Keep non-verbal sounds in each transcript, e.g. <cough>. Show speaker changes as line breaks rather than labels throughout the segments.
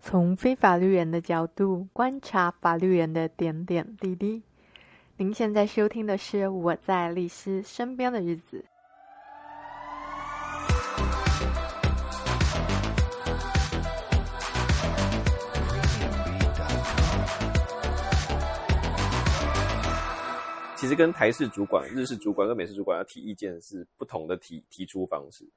从非法律人的角度观察法律人的点点滴滴。您现在收听的是《我在律师身边的日子》。
其实跟台式主管、日式主管跟美式主管要提意见是不同的提提出方式。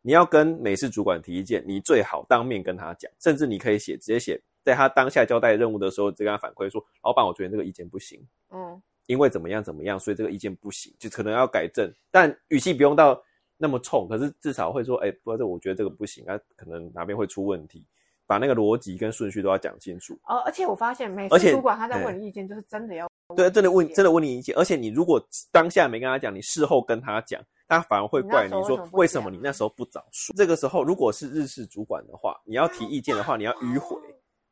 你要跟美式主管提意见，你最好当面跟他讲，甚至你可以写直接写，在他当下交代任务的时候，再跟他反馈说：“老板，我觉得这个意见不行，
嗯，
因为怎么样怎么样，所以这个意见不行，就可能要改正。”但语气不用到那么冲，可是至少会说：“哎、不是，我觉得这个不行啊，可能哪边会出问题。”把那个逻辑跟顺序都要讲清楚。
哦，而且我发现每
而
次
且
主管他在问
嗯
你意见，就是真的要
对，真的问，
解
真的问你意见。而且你如果当下没跟他讲，你事后跟他讲，他反而会怪你
你那时候为什
说
么不
为什么
讲
你那时候不早说。这个时候，如果是日式主管的话，你要提意见的话，你要迂回，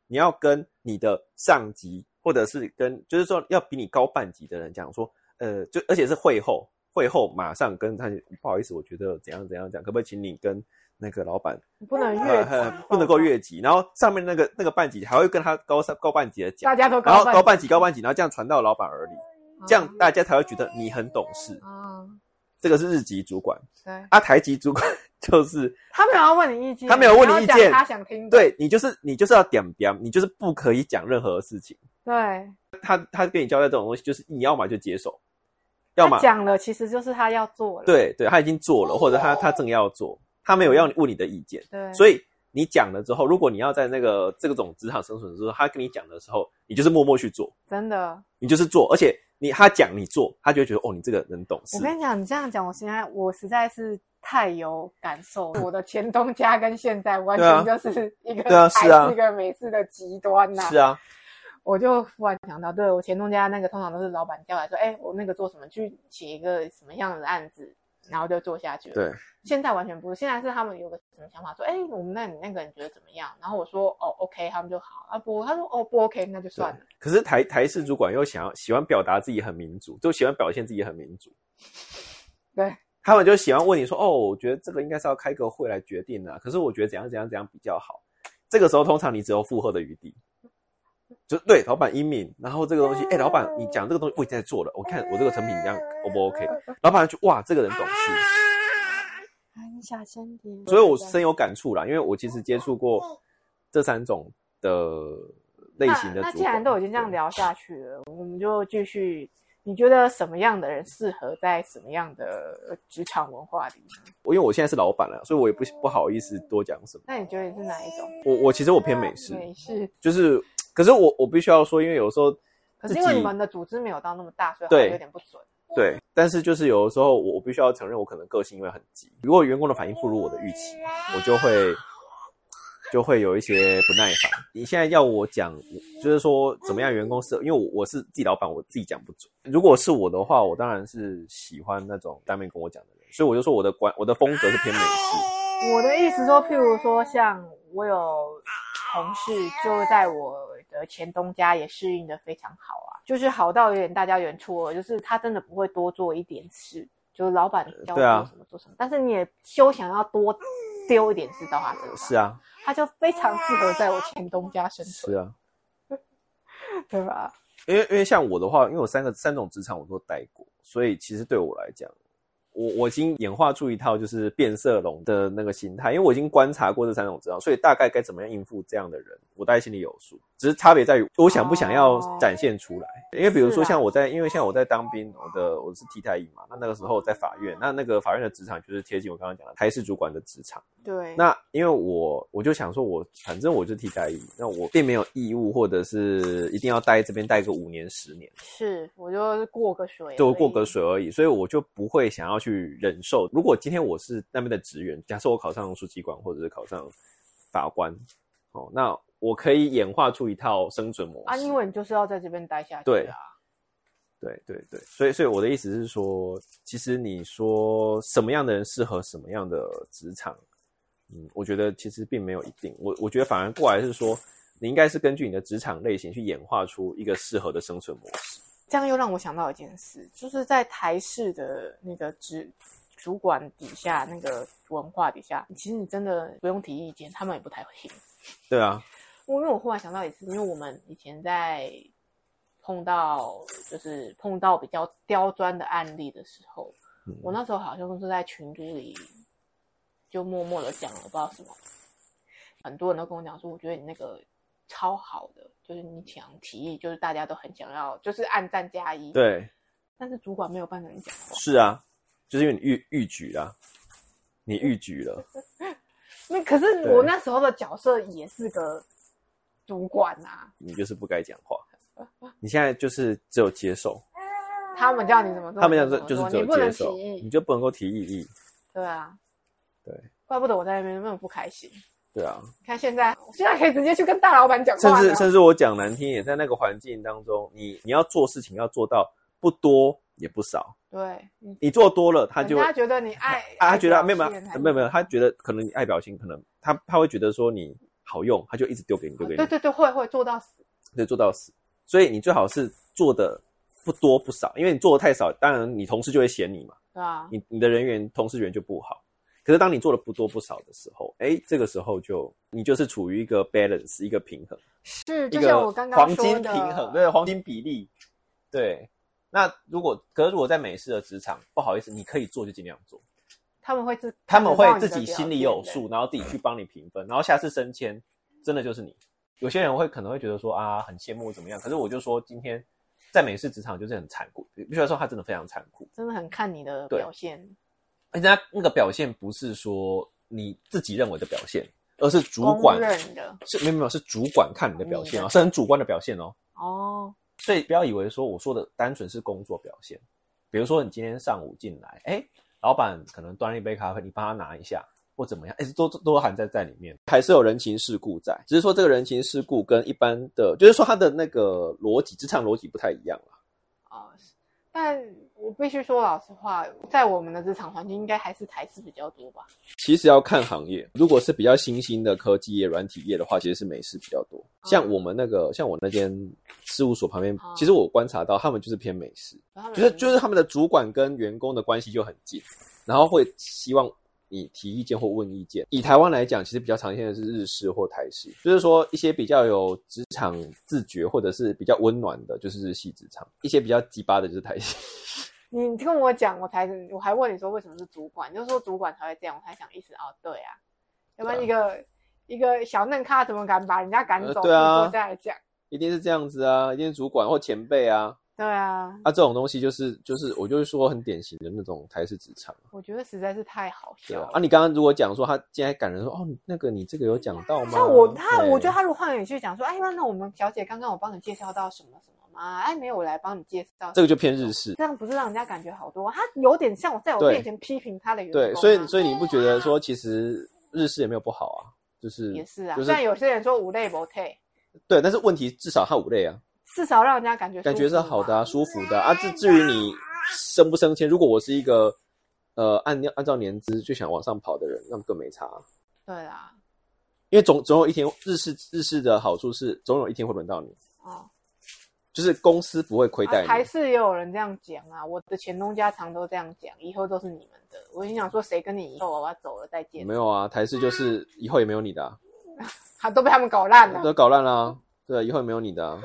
你要跟你的上级或者是跟就是说要比你高半级的人讲说，呃，就而且是会后，会后马上跟他不好意思，我觉得怎样怎样讲，可不可以请你跟那个老板
你不能越哦
呃呃不能够越级，然后上面那个那个半级还会跟他高三高半级的讲
大。家都
然后
半
高半级高半级，然后这样传到老板耳里，
嗯
这样大家才会觉得你很懂事。
啊，
这个是日籍主管，
对，
啊，台籍主管 <laughs> 就是
他没有要问你意见，
他没有问你意见
你要讲他想听的，
对你就是你就是要点点，你就是不可以讲任何事情。
对，
他他跟你交代这种东西，就是你要么就接受，要
他
么
讲了，其实就是他要做了，
对对，他已经做了，或者
哦
他他正要做，他没有要问你的意见。
对，
所以你讲了之后，如果你要在那个这种职场生存的时候，他跟你讲的时候，你就是默默去做，
真的，
你就是做，而且你他讲你做，他就会觉得哦，你这个人懂事
我。跟你讲，你这样讲，我现在我实在是太有感受了，我的前东家跟现在完
对啊
全就是一个
对啊是啊
还是一个美式的极端呐、
是啊，
我就忽然想到，对我前东家那个通常都是老板叫来说，哎、我那个做什么，去写一个什么样的案子，然后就做下去了。
对，
现在完全不是，现在是他们有个什么想法，说，哎、我们那你那个人觉得怎么样？然后我说，哦，OK，他们就好啊不，他说，哦不 OK，那就算
<laughs>
了。
可是台台式主管又想要喜欢表达自己很民主，就喜欢表现自己很民主。
<laughs> 对，
他们就喜欢问你说：“哦，我觉得这个应该是要开个会来决定的、啊，可是我觉得怎样怎样怎样比较好。”这个时候通常你只有附和的余地，就对老板英明。然后这个东西，哎、老板，你讲这个东西我已经在做了，我看我这个成品这样 O 不 OK？老板就哇，这个人懂事。
哎，你小声点。
所以我深有感触啦，因为我其实接触过这三种的类型的
那那
主
既然
管
都已经这样
对
聊下去了，我们就继续。你觉得什么样的人适合在什么样的职场文化里呢？
我因为我现在是老板了，所以我也不不好意思多讲什么。
那你觉得你是哪一种？
我我其实我偏美式，
美式，
就是，可是我我必须要说，因为有时候
可
自
是
己
因为你们的组织没有到那么大，所以好
对
像有点不准。
对，但是就是有的时候我我必须要承认，我可能个性因为很急，如果员工的反应不如我的预期，我就会就会有一些不耐烦。你现在要我讲，就是说怎么样员工是，因为我我是自己老板，我自己讲不准。如果是我的话，我当然是喜欢那种当面跟我讲的人，所以我就说我的管我的风格是偏美式。
我的意思说，譬如说，像我有同事就在我的前东家也适应的非常好啊，就是好到有点大家有点错愕，就是他真的不会多做一点事，就是老板叫他
对啊
做什么做什么，但是你也休想要多丢一点事到他身上，
是啊，
他就非常适合在我前东家生
是
存，
啊，
对吧？
因为因为像我的话，因为我三个三种职场我都待过，所以其实对我来讲，我我已经演化出一套就是变色龙的那个心态，因为我已经观察过这三种职场，所以大概该怎么样应付这样的人，我大概心里有数。只是差别在于我想不想要
哦
展现出来。因为比如
是
说
啊
像我在，因为像我在当兵，我的我是替代役嘛，那那个时候我在法院，那那个法院的职场就是贴近我刚刚讲的台式主管的职场。
对，
那因为我我就想说我，反正我就替代役，那我并没有义务或者是一定要待这边待个五年十年，
是我就是过个水，
就过个，水而已，所以我就不会想要去忍受。如果今天我是那边的职员，假设我考上书记官或者是考上法官，哦，那我可以演化出一套生存模
啊，
式。
因为你就是要在这边待下去、啊，
对
啊
对对对，所以所以我的意思是说，其实你说什么样的人适合什么样的职场，嗯，我觉得其实并没有一定。我我觉得反而过来是说，你应该是根据你的职场类型去演化出一个适合的生存模式。
这样又让我想到一件事，就是在台式的那个职主管底下那个文化底下，其实你真的不用提意见，他们也不太会听。
对啊，
为我忽然想到一次，因为我们以前在碰到就是碰到比较刁钻的案例的时候，
嗯
我那时候好像是在群组里就默默的讲了，不知道什么，很多人都跟我讲说，我觉得你那个超好的，就是你想提议，就是大家都很想要，就是按赞加一。，
对，
但是主管没有半个人讲话，
是啊，就是因为你预预举啦，你预举了，
<laughs> 那可是
对
我那时候的角色也是个主管啊，
你就是不该讲
<laughs>
话。你现在就是只有接受，
他们叫你怎么做，
他们讲
说
说就是只
你
有
不能
接
提
受，
议
你，就不能够提异议，
对啊，
对，
怪不得我在那边那么不开心。
对啊，
你看现在，我现在可以直接去跟大老板讲
甚
话
至
了。
甚至我讲难听一点，在那个环境当中，你你要做事情要做到不多也不少，
对，你
你做多了他就
人家觉得你爱，
啊，他
爱
觉得
表
没有没有
现还
没有没有，他觉得可能你爱表情，可能他他会觉得说你好用，他就一直丢给你丢给你
对，对对，会会做到死。
对，做到死。所以你最好是做的不多不少，因为你做的太少，当然你同事就会嫌你嘛，
对啊，
你你的人员同事缘就不好。可是当你做的不多不少的时候，哎，这个时候就你就是处于一个 balance，一个平衡，
是
一
就像
个
我刚刚
黄
说的，
金平衡，对，黄金比例，对。那如果可是如果在美式的职场，不好意思，你可以做就尽量做，
他们会自
他们会
看得
自
到你
己
的
心里
表
有
现
数，然后自己去帮你评分，然后下次升迁真的就是你。有些人会可能会觉得说啊很羡慕怎么样，可是我就说今天在美式职场就是很残酷，必须要说他真的非常残酷。
真的很看你的
对
表现。
而且他那个表现不是说你自己认为的表现，而是主管
公认的
是没有没有是主管看你的表现
你
哦，
的
是很主观的表现哦。
哦，
所以不要以为说我说的单纯是工作表现，比如说你今天上午进来，哎，老板可能端了一杯咖啡，你帮他拿一下或怎么样，哎，都都都含在在里面，还是有人情世故在，只是说这个人情世故跟一般的，就是说他的那个逻辑，职场逻辑不太一样啦。
啊、是但我必须说老实话，在我们的职场环境，应该还是台式比较多吧。
其实要看行业，如果是比较新兴的科技业、软体业的话，其实是美式比较多。像我们那个，像我那间事务所旁边
哦，
其实我观察到他们就是偏美式。
然后他们
就是就是他们的主管跟员工的关系就很近，然后会希望你提意见或问意见。以台湾来讲，其实比较常见的是日式或台式，就是说一些比较有职场自觉或者是比较温暖的，就是日系职场；一些比较鸡巴的就是台系。
你跟我讲，我才我还问你说为什么是主管，你就说主管才会这样，我才想意识哦，对啊，要不然一个、一个小嫩咖怎么敢把人家赶
呃
走？
对啊
再来讲，
一定是这样子啊，一定是主管或前辈啊，
对啊，
啊这种东西就是就是我就是说很典型的那种台式职场，
我觉得实在是太好
对
笑
啊
了。。
啊你刚刚如果讲说他今天感人说哦那个你这个有讲到吗？
像我他，
对
我觉得他如果换语去讲说，哎，那那我们小姐刚刚我帮你介绍到什么什么吗？哎，没有，我来帮你介绍。
这个就偏日式，
这样不是让人家感觉好多？他有点像我在我
对
面前批评他的员工啊、
对，所以所以你不觉得说其实日式也没有不好啊？就是
也是啊。
就是
虽然有些人说无类不退，
对，但是问题至少它五类啊，
至少让人家感觉
感觉是
舒服
好
嘛
的啊，舒服的啊。啊至至于你升不升迁，如果我是一个呃按按照年资就想往上跑的人，那么更没差啊、
对啦，
因为总总有一天日式日式的好处是总有一天会轮到你，
哦、
就是公司不会亏待
啊，台
你。
式也有人这样讲啊，我的前东家常都这样讲，以后都是你们的。我心想说，谁跟你以后我要走了再见
没，有啊，台式就是以后也没有你的、啊，
他都被他们搞烂了。
都搞烂啦、对，以后也没有你的、啊。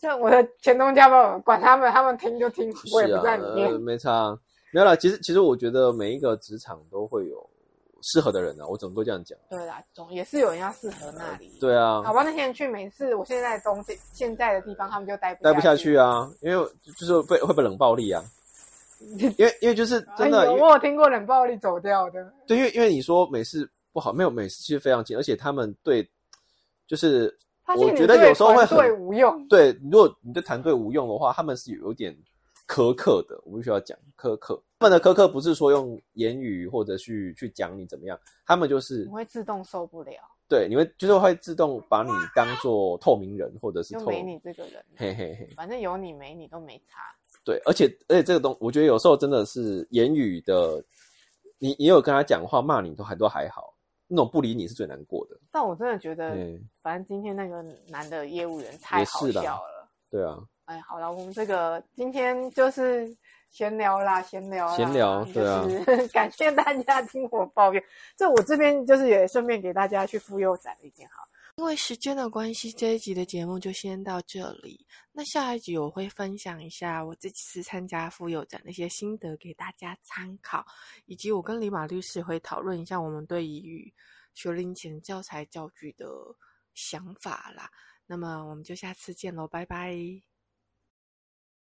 就我的前东家吧，管他们，他们听就听，我也
是啊，
不在里面。
呃、没差啊，没有啦。其实其实我觉得每一个职场都会有适合的人啊，我只能够这样讲。
对啦，总也是有人要适合那里。
对啊，
好吧，那些人去每次我现在的东西现在的地方，他们就待不
待不下
去
去啊，因为就是被会被冷暴力
<laughs>
啊，因为因为就是真
哎
的，
有
因为
我有听过冷暴力走掉的，
对，因为因为你说美式不好，没有美式其实非常近，而且他们对就是
发现
我
你
觉得有时候会
对团队
很
无用。
对，如果你对团队无用的话，他们是有点苛刻的，我必须要讲苛刻。他们的苛刻不是说用言语或者去去讲你怎么样，他们就是
你会自动受不了，
对，你会就是会自动把你当做透明人，或者是
就
透，
没你这个人，
嘿嘿嘿，
反正有你没你都没差。
对，而且而且这个东，我觉得有时候真的是言语的，你你有跟他讲话骂你都还都还好，那种不理你是最难过的，
但我真的觉得，
对
反正今天那个男的业务员太好
也是啦
笑了。
对啊，
哎，好了，我们这个今天就是闲聊啦，闲聊啦，
闲聊对啊
就是 <laughs> 感谢大家听我抱怨。这我这边就是也顺便给大家去妇幼展一点哈。因为时间的关系，这一集的节目就先到这里。那下一集我会分享一下我这次参加妇幼展的一些心得给大家参考，以及我跟李马律师会讨论一下我们对于学龄前教材教具的想法啦。那么我们就下次见喽，拜拜。